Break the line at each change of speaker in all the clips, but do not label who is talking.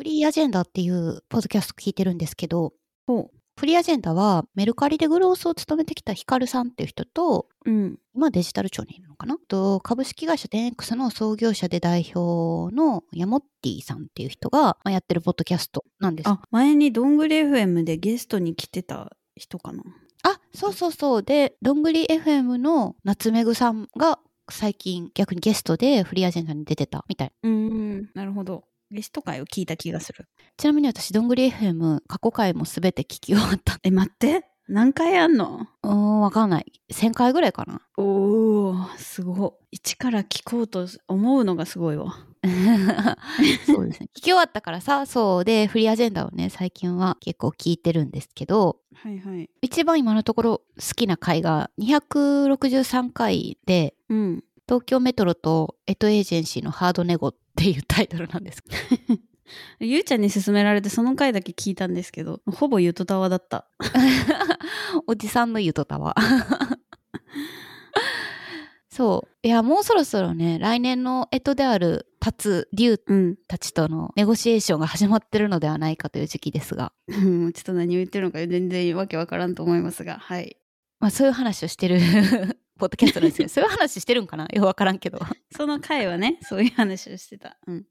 リーアジェンダっていうポッドキャスト聞いてるんですけど、
ほ
フリーアジェンダはメルカリでグロースを務めてきたヒカルさんっていう人と、
う。うん。
今デジタル庁にいるのかなと株式会社 10X の創業者で代表のヤモッティさんっていう人がまあやってるポッドキャストなんです。
あ、前にどんぐり FM でゲストに来てた人かな。
あそうそうそうでどんぐり FM の夏目ぐさんが最近逆にゲストでフリーアジェンダに出てたみたい
うん。なるほど。ゲスト会を聞いた気がする。
ちなみに私どんぐり FM 過去回も全て聞き終わった
え、待って。何回あんの
うーんわかんない1000回ぐらいかな
おお、すごい。一から聞こうと思うのがすごいわ。
そうですね聞き終わったからさそうでフリーアジェンダをね最近は結構聞いてるんですけど
はいはい。
一番今のところ好きな回が263回で
うん。
東京メトロとエトエージェンシーのハードネゴっていうタイトルなんです。
ゆうちゃんに勧められてその回だけ聞いたんですけど、ほぼゆとたわだった。
おじさんの言うとたわ。 そう。いや、もうそろそろね、来年のエトである立つ竜
うん。
たちとのネゴシエーションが始まってるのではないかという時期ですが、
もうちょっと何を言ってるのか全然わけわからんと思いますが、はい。
まあそういう話を してるポッドキャストなんですけど、そういう話してるんかなよくわからんけど。
その回はね、そういう話をしてた。うん。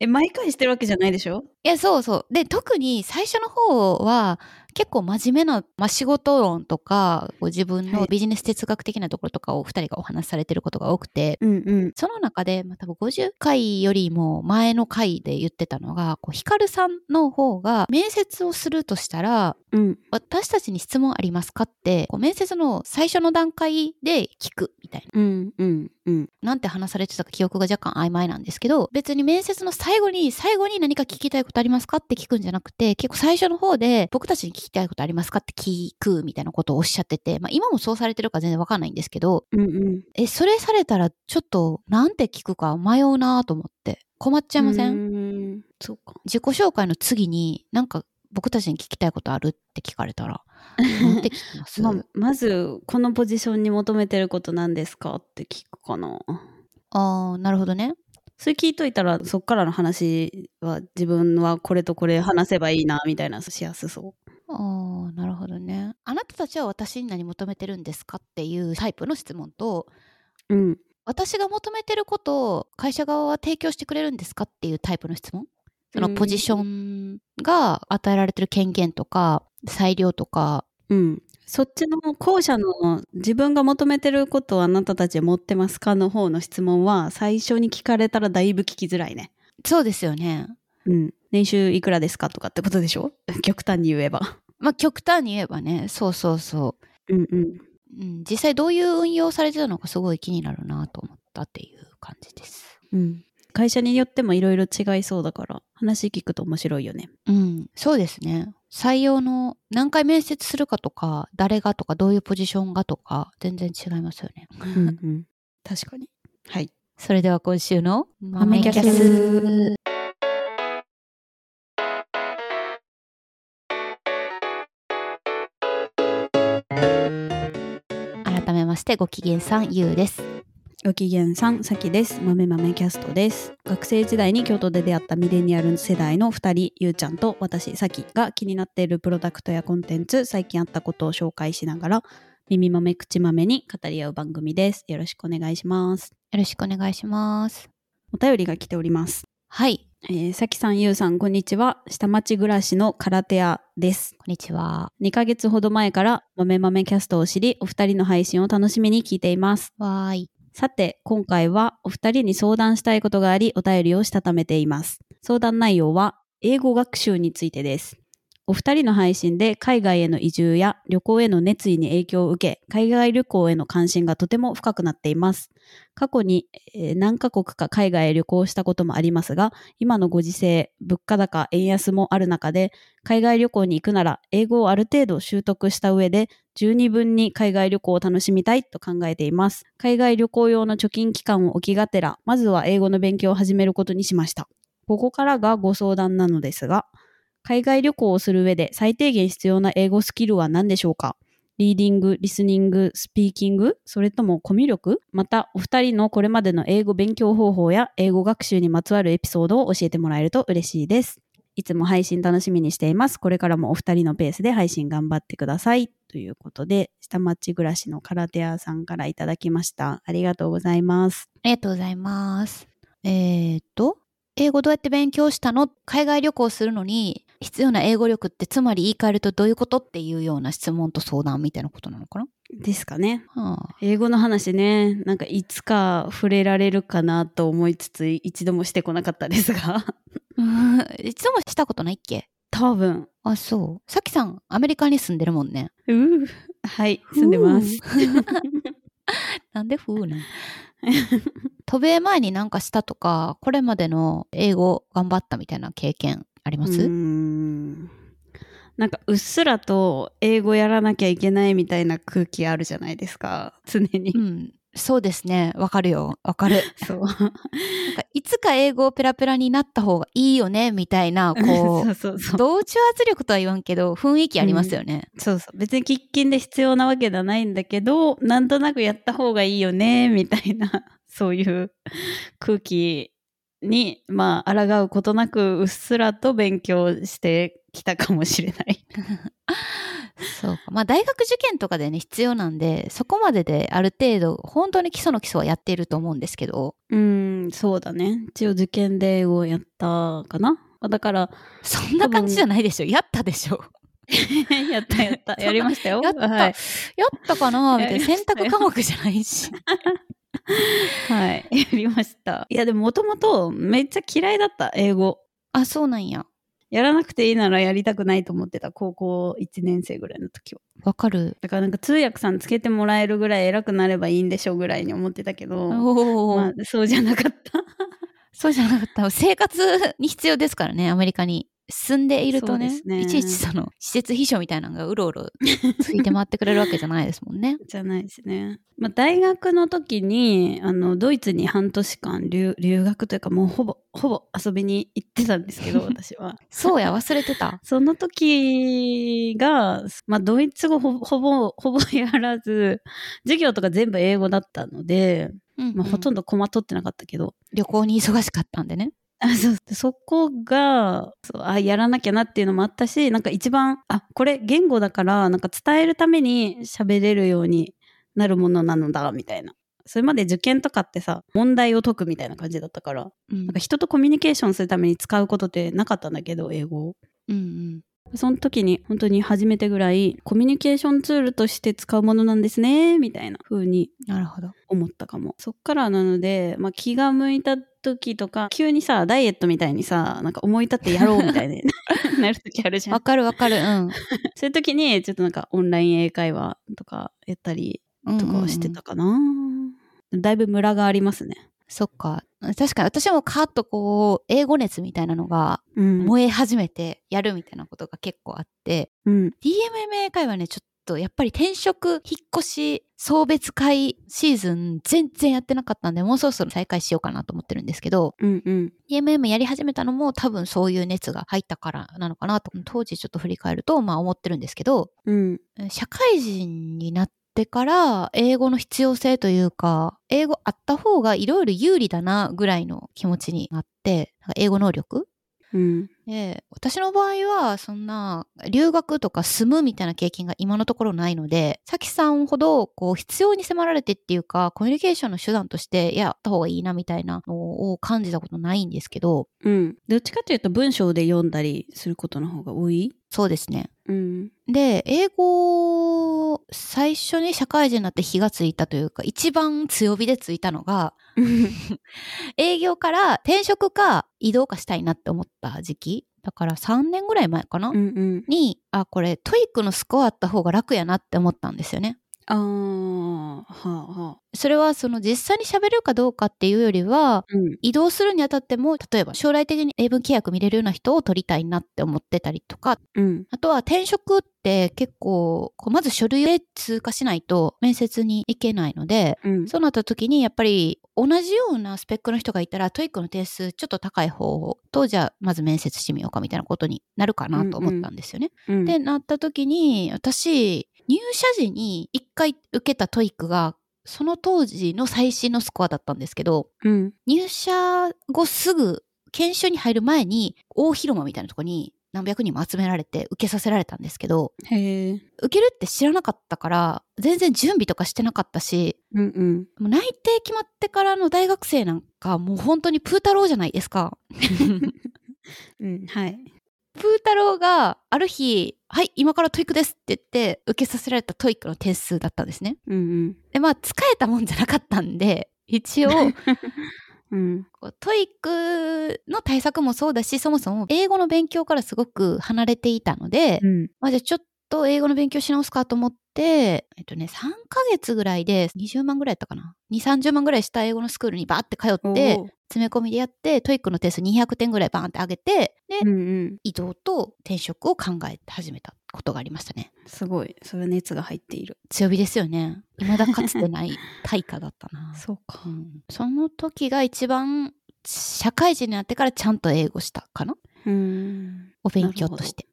え、毎回してるわけじゃないでしょ
いやそうそうで特に最初の方は結構真面目な、まあ、仕事論とかこう自分
は
の
い
ビジネス哲学的なところとかを2人がお話しされてることが多くて
うんうん。
その中で、まあ、多分50回よりも前の回で言ってたのがこうヒカルさんの方が面接をするとしたら
うん。
私たちに質問ありますかってこう面接の最初の段階で聞くみたいな。
うんうんうん。
なんて話されてたか記憶が若干曖昧なんですけど別に面接の最後に最後に何か聞きたいことありますかって聞くんじゃなくて結構最初の方で僕たちに聞きたいことありますかって聞くみたいなことをおっしゃってて、まあ、今もそうされてるか全然わかんないんですけど
うんうん。
えそれされたらちょっとなんて聞くか迷うなと思って困っちゃいません
んそうか。
自己紹介の次になんか僕たちに聞きたいことあるって聞かれた らなんて聞きます
まあまず、このポジションに求めてること何ですかって聞くかな。
あーなるほどね
それ聞いといたら、そっからの話は自分はこれとこれ話せばいいな、みたいな、しやすそ
ああなるほどね。あなたたちは私に何求めてるんですかっていうタイプの質問と
う。うん。
私が求めてることを会社側は提供してくれるんですかっていうタイプの質問その
うん
ポジションが与えられてる権限とか裁量とか
うん。そっちの後者の自分が求めてることをあなたたちは持ってますかの方の質問は最初に聞かれたらだいぶ聞きづらいね。
そうですよね。
うん。年収いくらですかとかってことでしょ 極端に言えば。
まあ極端に言えばねそうそうそ
うんうん。
う、うん、実際どういう運用されてたのかすごい気になるなと思ったっていう感じです。
うん。会社によってもいろいろ違いそうだから話聞くと面白いよね。
うん、そうですね。採用の何回面接するかとか、誰がとか、どういうポジションがとか、全然違いますよね。
うんうん。確かに。はい。
それでは今週の
豆キャス
ス。改めまして、ご機嫌さん、ゆうです。
ご機嫌さん、さきです。豆豆キャストです。学生時代に京都で出会ったミレニアル世代の2人、ゆうちゃんと私、さきが気になっているプロダクトやコンテンツ、最近あったことを紹介しながら、耳豆口豆に語り合う番組です。よろしくお願いします。
よろしくお願いします。
お便りが来ております。
はい、
えーさきさん、ゆうさん、こんにちは。下町暮らしの空手屋です。
こんにちは。
2ヶ月ほど前から豆豆キャストを知り、お二人の配信を楽しみに聞いています。
わーい。
さて、今回はお二人に相談したいことがあり、お便りをしたためています。相談内容は、英語学習についてです。お二人の配信で海外への移住や旅行への熱意に影響を受け、海外旅行への関心がとても深くなっています。過去に、えー何カ国か海外へ旅行したこともありますが、今のご時世、物価高、円安もある中で、海外旅行に行くなら英語をある程度習得した上で十二分に海外旅行を楽しみたいと考えています。海外旅行用の貯金期間を置きがてら、まずは英語の勉強を始めることにしました。ここからがご相談なのですが、海外旅行をする上で最低限必要な英語スキルは何でしょうかリーディング、リスニング、スピーキング、それともコミュ力また、お二人のこれまでの英語勉強方法や英語学習にまつわるエピソードを教えてもらえると嬉しいです。いつも配信楽しみにしています。これからもお二人のペースで配信頑張ってください。ということで、下町暮らしのカラテアさんからいただきました。ありがとうございます。
ありがとうございます。えー、っと、英語どうやって勉強したの海外旅行するのに必要な英語力ってつまり言い換えるとどういうことっていうような質問と相談みたいなことなのかな、
ですかね。
は あ、
英語の話ね、なんかいつか触れられるかなと思いつつ、一度もしてこなかったですが。
うん一度もしたことないっけ
多分。
あ、そう。さきさん、アメリカに住んでるもんね。
うーはい、住んでます。
なんでふう なん渡米前になんかしたとか、これまでの英語頑張ったみたいな経験ありま
うー
す
んなんかうっすらと英語やらなきゃいけないみたいな空気あるじゃないですか常に
う。ん。そうですね。わかるよ。わかる。
そう
なんかいつか英語をペラペラになった方がいいよね、みたい な、こ、
そううそうそう
同調圧力とは言わんけど、雰囲気ありますよね。
そうそう別に喫緊で必要なわけじゃないんだけどなんとなくやった方がいいよねみたいな そういう空気にまあ抗うことなくうっすらと勉強してきたかもしれない。
そうか。まあ、大学受験とかでね、必要なんで、そこまでである程度、本当に基礎の基礎はやっていると思うんですけど、
うんそうだね一応受験で英語をやったかな。だから
そんな感じじゃないでしょ。やったでしょ。
やったや った。やりましたよ。
やった、
はい。
やったかなみたいな。
やりま
選
したよ
択科目じゃないし。
はい。 やりました。いや、でももともとめっちゃ嫌いだった、英語。
あ、そうなんや。
やらなくていいならやりたくないと思ってた、高校1年生ぐらいの時は。
わかる。
だからなんか通訳さんつけてもらえるぐらい偉くなればいいんでしょうぐらいに思ってたけど、
おお、
まあ、そうじゃなかった。
そうじゃなかった。生活に必要ですからね、アメリカに。住んでいると
そうで
ね
す、ね
いちいちその施設秘書みたいなのがうろう ろついて回ってくれるわけじゃないですもんね。
じゃないですね。まあ、大学の時にあのドイツに半年間留留学というかもうほぼほぼ遊びに行ってたんですけ ど私は
そうや、忘れてた。
その時が、まあ、ドイツ語ほほぼ、ほぼやらず、授業とか全部英語だったので、
うん
まあ、ほと
んど
んどコマ取ってなかったけど、
旅行に忙しかったんでね。
あそうでそこがそうあ、やらなきゃなっていうのもあったし、なんか一番、あ、これ言語だから、なんか伝えるために喋れるようになるものなのだ、みたいな。それまで受験とかってさ、問題を解くみたいな感じだったから、
うん
なんか人とコミュニケーションするために使うことってなかったんだけど、英語を。
うんうん
その時に本当に初めてぐらいコミュニケーションツールとして使うものなんですねみたいな風に
なるほど。
思ったかもそっからなので、まあ、気が向いた時とか急にさダイエットみたいにさなんか思い立ってやろうみたい になる時あるじゃん
わかるわかる。うん。
そういう時にちょっとなんかオンライン英会話とかやったり
うんうんうん
とかはしてたかな、だいぶムラがありますね
そっか。確かに私もカーッとこう、英語熱みたいなのが
うん
燃え始めてやるみたいなことが結構あって、
うん
DMMA 会はね、ちょっとやっぱり転職、引っ越し、送別会シーズン全然やってなかったんで、もうそろそろ再開しようかなと思ってるんですけど、
うんうん
DMM やり始めたのも多分そういう熱が入ったからなのかなと、当時ちょっと振り返ると、まあ思ってるんですけど、
うん
社会人になってから英語の必要性というか英語あった方がいろいろ有利だなぐらいの気持ちになってなんか英語能力
うん
で私の場合はそんな留学とか住むみたいな経験が今のところないのでさきさんほどこう必要に迫られてっていうかコミュニケーションの手段としていやあった方がいいなみたいなのを感じたことないんですけど
うんどっちかというと文章で読んだりすることの方が多い
そうですね
うん
で英語を最初に社会人になって火がついたというか一番強火でついたのが営業から転職か移動かしたいなって思った時期だから3年ぐらい前かな、
うんうん。
にあこれトイックのスコアあった方が楽やなって思ったんですよね。
ああ、はあはあ。
それはその実際に喋れるかどうかっていうよりは
うん。
移動するにあたっても例えば将来的に英文契約見れるような人を取りたいなって思ってたりとか
うん。
あとは転職って結構こうまず書類で通過しないと面接に行けないので
うん。
そうなった時にやっぱり同じようなスペックの人がいたらトイックの点数ちょっと高い方とじゃあまず面接してみようかみたいなことになるかなと思ったんですよね。
うん
でなった時に私入社時に一回受けたトイックが、その当時の最新のスコアだったんですけど、
うん。
入社後すぐ研修に入る前に大広間みたいなとこに何百人も集められて受けさせられたんですけど
へえ。
受けるって知らなかったから全然準備とかしてなかったし
うんうん。
もう内定決まってからの大学生なんかもう本当にプー太郎じゃないですか。
うん、はい。
プー太郎がある日「はい今からトイックです」って言って受けさせられたトイックの点数だったんですね。
うん
でまあ使えたもんじゃなかったんで一応
うん。うん。
こうトイックの対策もそうだしそもそも英語の勉強からすごく離れていたので、
うん。
まあ、じゃあちょっと英語の勉強し直すかと思ってえっとね3ヶ月ぐらいで20万ぐらいやったかな2 3 0万ぐらいした英語のスクールにバーって通って
おー、
詰め込みでやってトイックの点数200点ぐらいバーンって上げてで、
うんうん。
移動と転職を考え始めたことがありましたね
すごい。それは熱が入っている。
強火ですよね未だかつてない 対価だったな
そうか
うんその時が一番社会人になってからちゃんと英語したかな
うん。
お勉強として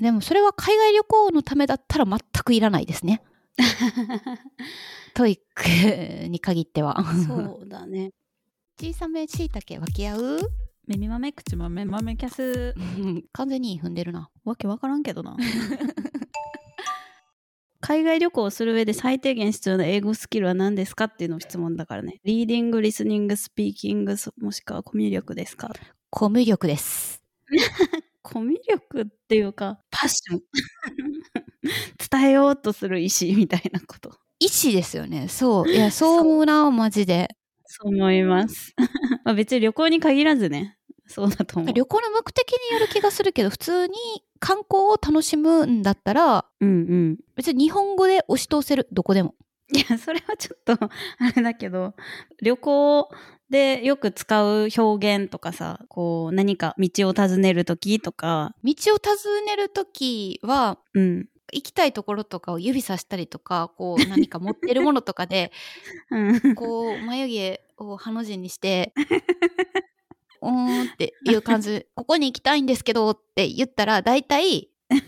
でもそれは海外旅行のためだったら全くいらないですねトイックに限っては
そうだね。
小さめしいたけ分け合う
耳豆、口豆、豆キャス。
完全に踏んでるな
わけわからんけどな。 海外旅行をする上で最低限必要な英語スキルは何ですかっていうのを質問だからね。リーディング、リスニング、スピーキング、そもしくはコミュ力ですか
コミュ力です
コミュ力っていうか、パッション。伝えようとする意思みたいなこと。
意思ですよねそういやそう思うなマジで
そう思います。まあ別に旅行に限らずね。そうだと思う。
旅行の目的による気がするけど普通に観光を楽しむんだったら
うんうん。
別に日本語で押し通せるどこでも
いや、それはちょっと、あれだけど、旅行でよく使う表現とかさ、こう、何か道を尋ねるときとか、
道を尋ねる時は
うん。
行きたいところとかを指さしたりとかこう何か持ってるものとか で
うん。
こう眉毛をハの字にして「うーん」っていう感じ「ここに行きたいんですけど」って言ったら大体英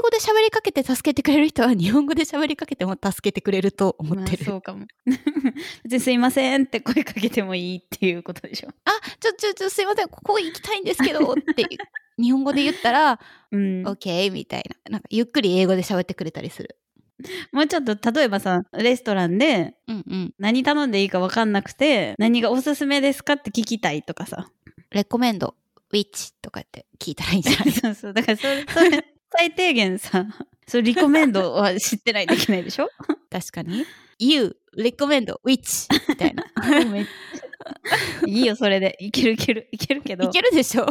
語で喋りかけて助けてくれる人は日本語で喋りかけても助けてくれると思ってる。
まあそうかも。 別にすいませんって声かけてもいいっていうことでしょ。
あ、 ちょ、ちょ、ちょ、すいません、ここ行きたいんですけど、って、日本語で言ったら、
うん。も
OK みたいな。なんか、ゆっくり英語で喋ってくれたりする。
うちょっと、例えばさ、レストランで
うんうん。
何頼んでいいか分かんなくて、何がおすすめですかって聞きたいとかさ。
レコメンド、ウィッチとかって聞いたらいいんじゃない
そうそう。だからそれ、それ、最低限 さ、それリコメンドは知ってないといけないでしょ
確かに。You, recommend, which? みたいな。
めっちゃ いいよそれでいけるいけるいけるけど
いけるでしょ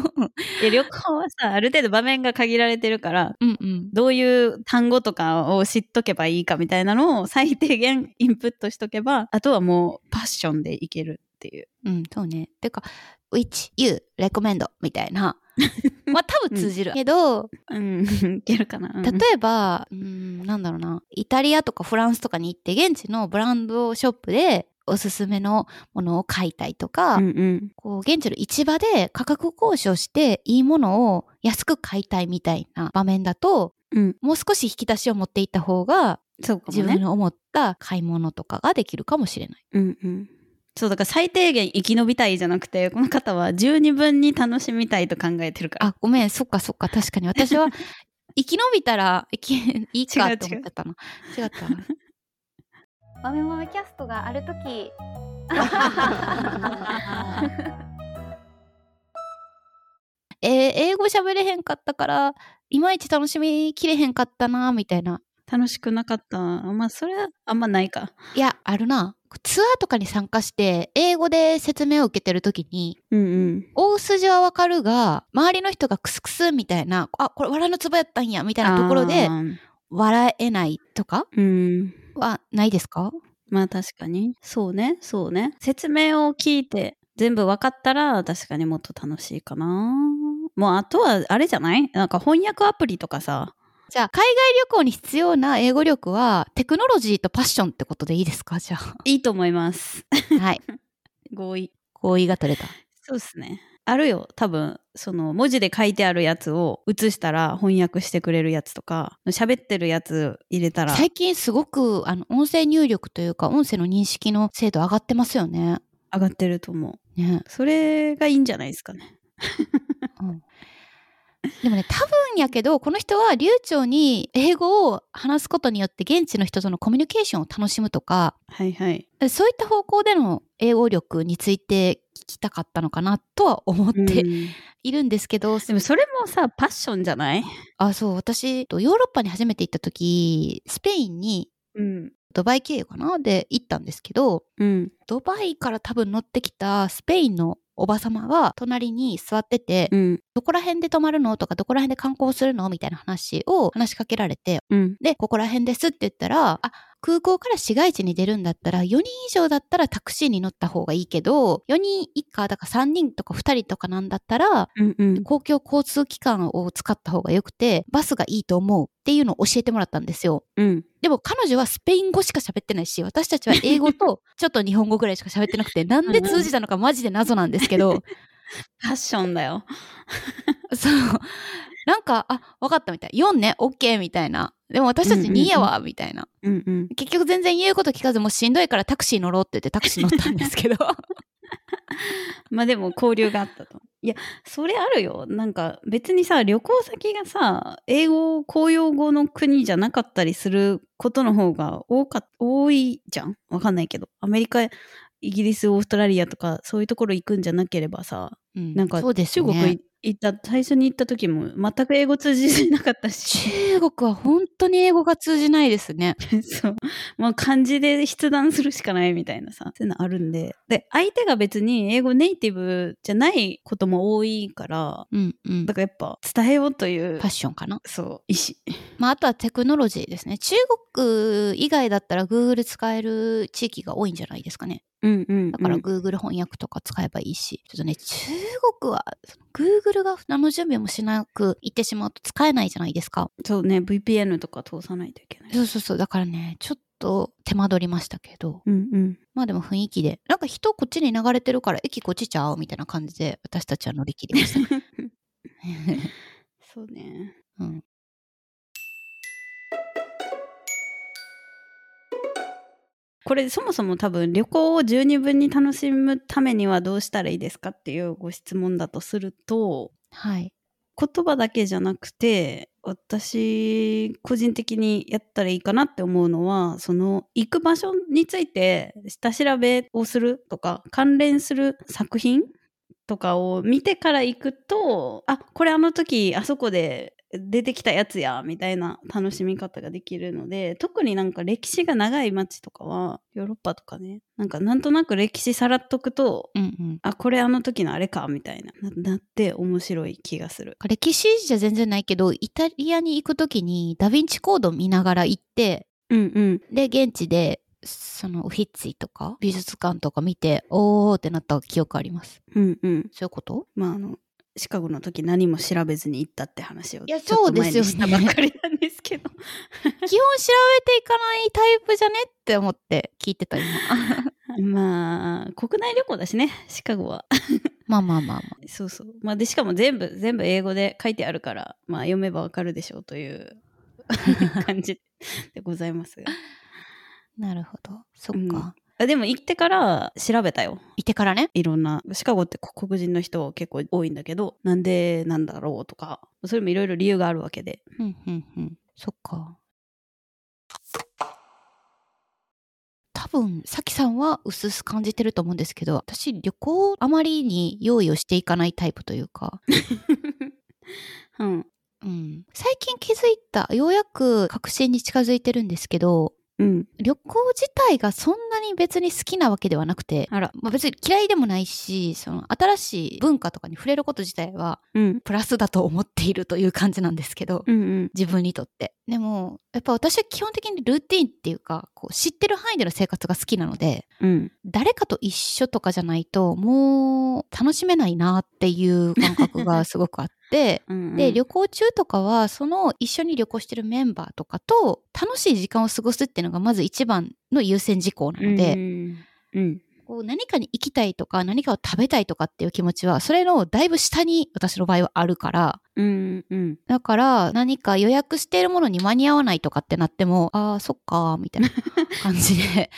いや旅行はさある程度場面が限られてるから
うんうん。
どういう単語とかを知っとけばいいかみたいなのを最低限インプットしとけばあとはもうパッションでいけるっていう
うん、そうね。てか、which, you, recommend みたい な。まあ、多分通じる。けど、
うんいけるかな、うん
例えば、うーん、なんだろうな、イタリアとかフランスとかに行って、現地のブランドショップでおすすめのものを買いたいとか、
うんうん
こう、現地の市場で価格交渉していいものを安く買いたいみたいな場面だと、
うん
もう少し引き出しを持っていった方が、
そうかも
自分
ね
の思った買い物とかができるかもしれない。
うんうんそうだから最低限生き延びたいじゃなくてこの方は十二分に楽しみたいと考えてる から
あ、ごめん、そっかそっか、確かに私 は、生き延びたら生きいいかと思ってたな。違った。 マメマメキャストがあるとき、 えー英語喋れへんかったからいまいち楽しみきれへんかったなみたいな
楽しくなかったまあそれはあんまないか
いやあるなツアーとかに参加して英語で説明を受けてる時に
うんうん
大筋はわかるが周りの人がクスクスみたいなあこれ笑いのツボやったんやみたいなところで
あー
笑えないとか
うん
はないですか
まあ確かにそうねそうね説明を聞いて全部分かったら確かにもっと楽しいかなもうあとはあれじゃないなんか翻訳アプリとかさ
じゃあ海外旅行に必要な英語力はテクノロジーとパッションってことでいいですか じゃあ
いいと思います
はい
合意
合意が取れた
そうですねあるよ。多分、その文字で書いてあるやつを写したら翻訳してくれるやつとか、喋ってるやつ入れたら。
最近すごくあの音声入力というか音声の認識の精度上がってますよね。
上がってると思う。
ね
それがいいんじゃないですかね。
でもね多分やけどこの人は流暢に英語を話すことによって現地の人とのコミュニケーションを楽しむとか
はいはい。
そういった方向での英語力について聞きたかったのかなとは思っ
うん
ているんですけど、
でもそれもさ、パッションじゃない
あそう私とヨーロッパに初めて行った時スペインに
うん。
ドバイ経由かなで行ったんですけど
うん。
ドバイから多分乗ってきたスペインのおばさまが隣に座ってて、
うん。
どこら辺で泊まるのとかどこら辺で観光するのみたいな話を話しかけられて
うん。
でここら辺ですって言ったらあ空港から市街地に出るんだったら4人以上だったらタクシーに乗った方がいいけど4人以下だから3人とか2人とかなんだったら
うん。うん。
公共交通機関を使った方がよくてバスがいいと思うっていうのを教えてもらったんですよ。
うん。
でも彼女はスペイン語しか喋ってないし私たちは英語とちょっと日本語ぐらいしか喋ってなくてなんで通じたのかマジで謎なんですけど
パッションだよ。
そうなんかあ分かったみたい4ね OK みたいなでも私たち2やわみたいな
うんうん。
結局全然言うこと聞かずもうしんどいからタクシー乗ろうって言ってタクシー乗ったんですけど
まあでも交流があったと。いや、それあるよ。なんか別にさ、旅行先がさ、英語、公用語の国じゃなかったりすることの方が多か多いじゃんわかんないけど。アメリカ、イギリス、オーストラリアとか、そういうところ行くんじゃなければさ、
うん
なんか
そうです
中
ね
国い行った、最初に行った時も全く英語通じてなかった し、
中国は本当に英語が通じないですね
そう。もう漢字で筆談するしかないみたいなさ、そういうのあるんで。で、相手が別に英語ネイティブじゃないことも多いから、
うんうん
だ
フ
からやっぱ伝えようという
ァッションかな
そう意思
まあ、あとはテクノロジーですね。中国以外だったら Google 使える地域が多いんじゃないですかね。
うんうん
だから Google 翻訳とか使えばいいし、ちょっとね、中国はその Google が何の準備もしなく行ってしまうと使えないじゃないですか。
そうね VPN とか通さないといけない
そうそうそう。だからね、ちょっと手間取りましたけど、
うんうん
まあでも雰囲気で、なんか人こっちに流れてるから駅こっちちゃうみたいな感じで私たちは乗り切りました。
そうね
うん、
これそもそも多分旅行を十二分に楽しむためにはどうしたらいいですかっていうご質問だとすると
はい。
言葉だけじゃなくて私個人的にやったらいいかなって思うのはその行く場所について下調べをするとか関連する作品とかを見てから行くとあこれあの時あそこで出てきたやつやみたいな楽しみ方ができるので特になんか歴史が長い街とかはヨーロッパとかねなんかなんとなく歴史さらっとくと
うんうん。
あこれあの時のあれかみたいなななって面白い気がする。
歴史じゃ全然ないけどイタリアに行く時にダ・ヴィンチコード見ながら行って
うんうん
で現地でそのオフィッツィとか美術館とか見ておーってなった記憶あります
うんうん。
そういうこと
まああのシカゴの時何も調べずに行ったって話を
いや
ちょっと前に
そうです
した
よね
ばっかりなんですけど
基本調べていかないタイプじゃねって思って聞いてた今
まあ国内旅行だしねシカゴは
まあまあまあまあ
そうそうまあでしかも全部全部英語で書いてあるからまあ読めばわかるでしょうという 感じでございますが
なるほどそっか、
うんあでも行ってから調べたよ
いてからね
いろんなシカゴって黒人の人結構多いんだけどなんでなんだろうとかそれもいろいろ理由があるわけで
うんうんうんそっか多分さきさんは薄々感じてると思うんですけど私旅行あまりに用意をしていかないタイプというか
うん
うん、最近気づいたようやく確信に近づいてるんですけど
うん
旅行自体がそんなに別に好きなわけではなくて、
あら
まあ、別に嫌いでもないしその新しい文化とかに触れること自体は
うん
プラスだと思っているという感じなんですけど、
うんうん
自分にとってでもやっぱ私は基本的にルーティンっていうかこう知ってる範囲での生活が好きなので
うん
誰かと一緒とかじゃないともう楽しめないなっていう感覚 がすごくあって。
うん
で旅行中とかはその一緒に旅行してるメンバーとかと楽しい時間を過ごすっていうのがまず一番の優先事項なので、
うんうん
こう何かに行きたいとか何かを食べたいとかっていう気持ちはそれのだいぶ下に私の場合はあるから
うんうん。
だから何か予約しているものに間に合わないとかってなってもああそっかーみたいな感じで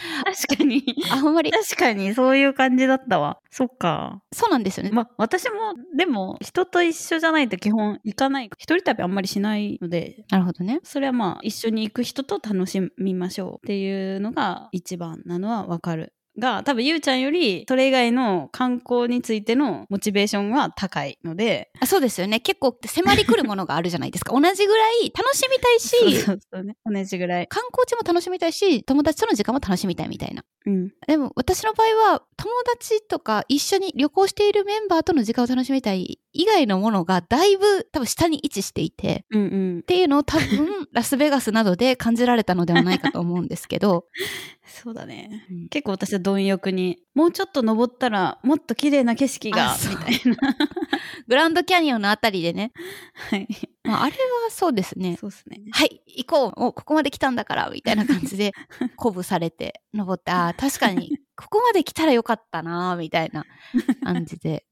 確かに。
あんまり
確かに、そういう感じだったわ。そっか。
そうなんですよね、
まあ、私も、でも、人と一緒じゃないと基本行かない。一人旅あんまりしないので、
なるほどね
それはまあ、一緒に行く人と楽しみましょうっていうのが一番なのはわかる。が、多分、ゆうちゃんより、それ以外の観光についてのモチベーションは高いので、
あそうですよね結構迫りくるものがあるじゃないですか同じぐらい楽しみたい
そう
し
そうそうね。同じぐらい。
観光地も楽しみたいし友達との時間も楽しみたいみたいな
うん。
でも私の場合は友達とか一緒に旅行しているメンバーとの時間を楽しみたい以外のものがだいぶ多分下に位置していて
うんうん
っ。ていうのを多分ラスベガスなどで感じられたのではないかと思うんですけど、
そうだね。
うん
結構私は貪欲に、もうちょっと登ったら、もっと綺麗な景色が
あ、そう
みたいな。
グランドキャニオンのあたりで ね、
はい。
まあ、あれはそうですね
そうですね。
はい行こうおここまで来たんだからみたいな感じ で鼓舞されて登って あー確かにここまで来たらよかったなーみたい な感じで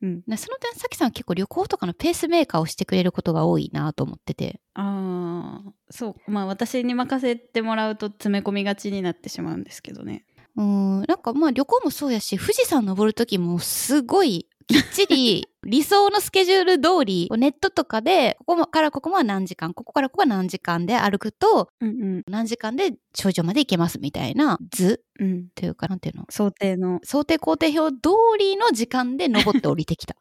うん。
なその点さきさんは結構旅行とかのペースメーカーをしてくれることが多いなと思ってて
ああ、そう。まあ私に任せてもらうと詰め込みがちになってしまうんですけどね。
うーんなんかまあ旅行もそうやし富士山登る時もすごいきっち り理想のスケジュール通りネットとかでここからここまで何時間ここからここは何時間で歩くと
うんうん。
何時間で頂上まで行けますみたいな図
うん。
というかなんていうの
想定の、
想定工程表通りの時間で登って降りてき た。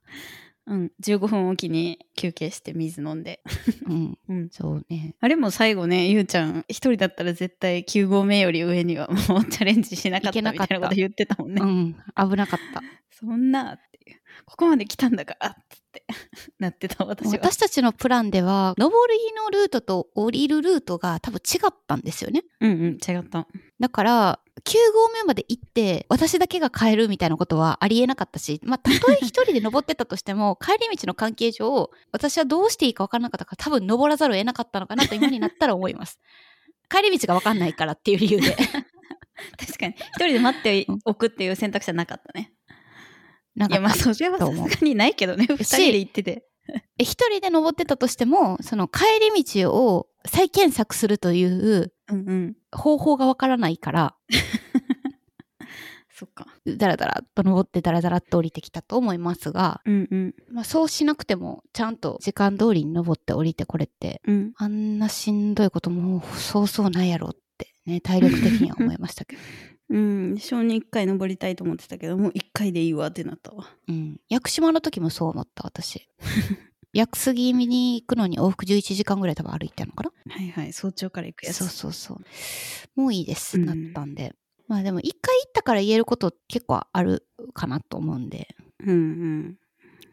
うん、15分おきに休憩して水飲んで。
うん、
うん。
そうね
あれも最後ね、ゆうちゃん、一人だったら絶対9合目より上にはもうチャレンジしなかった
いけな
み
かった
たいなこと言ってたもんね。
うん、危なかった。
そんなっていう。ここまで来たんだからつって なってた私は。
私たちのプランでは登りのルートと降りるルートが多分違ったんですよね
うんうん、違った。
だから9合目まで行って私だけが帰るみたいなことはありえなかったし、まあ、たとえ一人で登ってたとしても 帰り道の関係上私はどうしていいか分からなかったから多分登らざるを得なかったのかなと今になったら思います 帰り道が分かんないからっていう理由で
確かに。一人で待っておくっていう選択肢はなかったね。
なん
いや、ま
か
あ、それはさすがにないけど ね。二人で行ってて。
え一人で登ってたとしてもその帰り道を再検索するという
うんうん。
方法が分からないから
そっか。
だらだらっと登ってだらだらっと降りてきたと思いますが、
うんうん。
まあ、そうしなくてもちゃんと時間通りに登って降りてこれって
うん。
あんなしんどいこともうそうそうないやろってね体力的には思いました けど、
うん。一生に一回登りたいと思ってたけど、もう一回でいいわってなったわ。
うん、屋久島の時もそう思った私 屋久杉見に行くのに往復11時間ぐらい多分歩いたのかな
はいはい。早朝から行くやつ。
そうそうそうもういいです、
うん
なったんでまあでも一回行ったから言えること結構あるかなと思うんで
うんうん。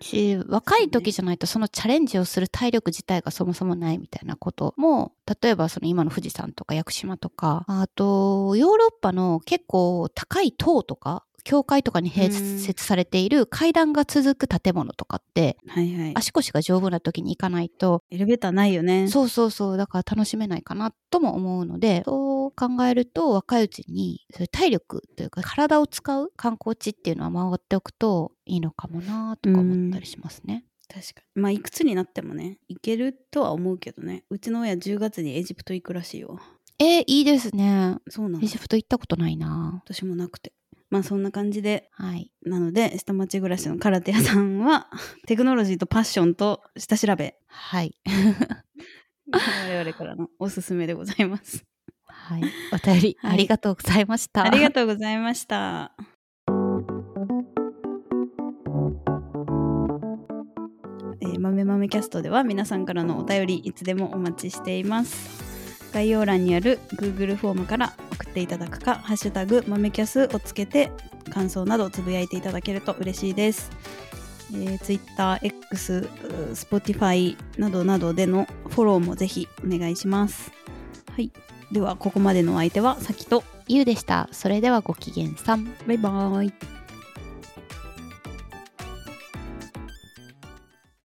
し若い時じゃないとそのチャレンジをする体力自体がそもそもないみたいなことも例えばその今の富士山とか屋久島とかあとヨーロッパの結構高い塔とか教会とかに併設されている階段が続く建物とかって
はいはい。
足腰が丈夫な時に行かないと
エレベーターないよね。
そうそうそうだから楽しめないかなとも思うのでそう考えると若いうちにそういう体力というか体を使う観光地っていうのは回っておくといいのかもなとか思ったりしますね。
確かに。まあ、いくつになってもね、行けるとは思うけどね。うちの親10月にエジプト行くらしいよ。
えーいいですね。
そうなの
エ。ジプト行ったことないな。
私もなくて。まあ、そんな感じで、
はい。
なので、下町暮らしの空手屋さん は、テクノロジーとパッションと下調べ
はい。
我々からのおすすめでございます。
はい。お便り、
はい
ありがとうございました。
ありがとうございました。えー、豆豆キャストでは皆さんからのお便りいつでもお待ちしています。概要欄にある Google フォームから送っていただくか、ハッシュタグ豆キャスをつけて感想などつぶやいていただけると嬉しいです。えー、Twitter、X、うー Spotify などなどでのフォローもぜひお願いします。はい。では、ここまでのお相手は、さきと、
ゆうでした。それではご機嫌さん。
バイバーイ。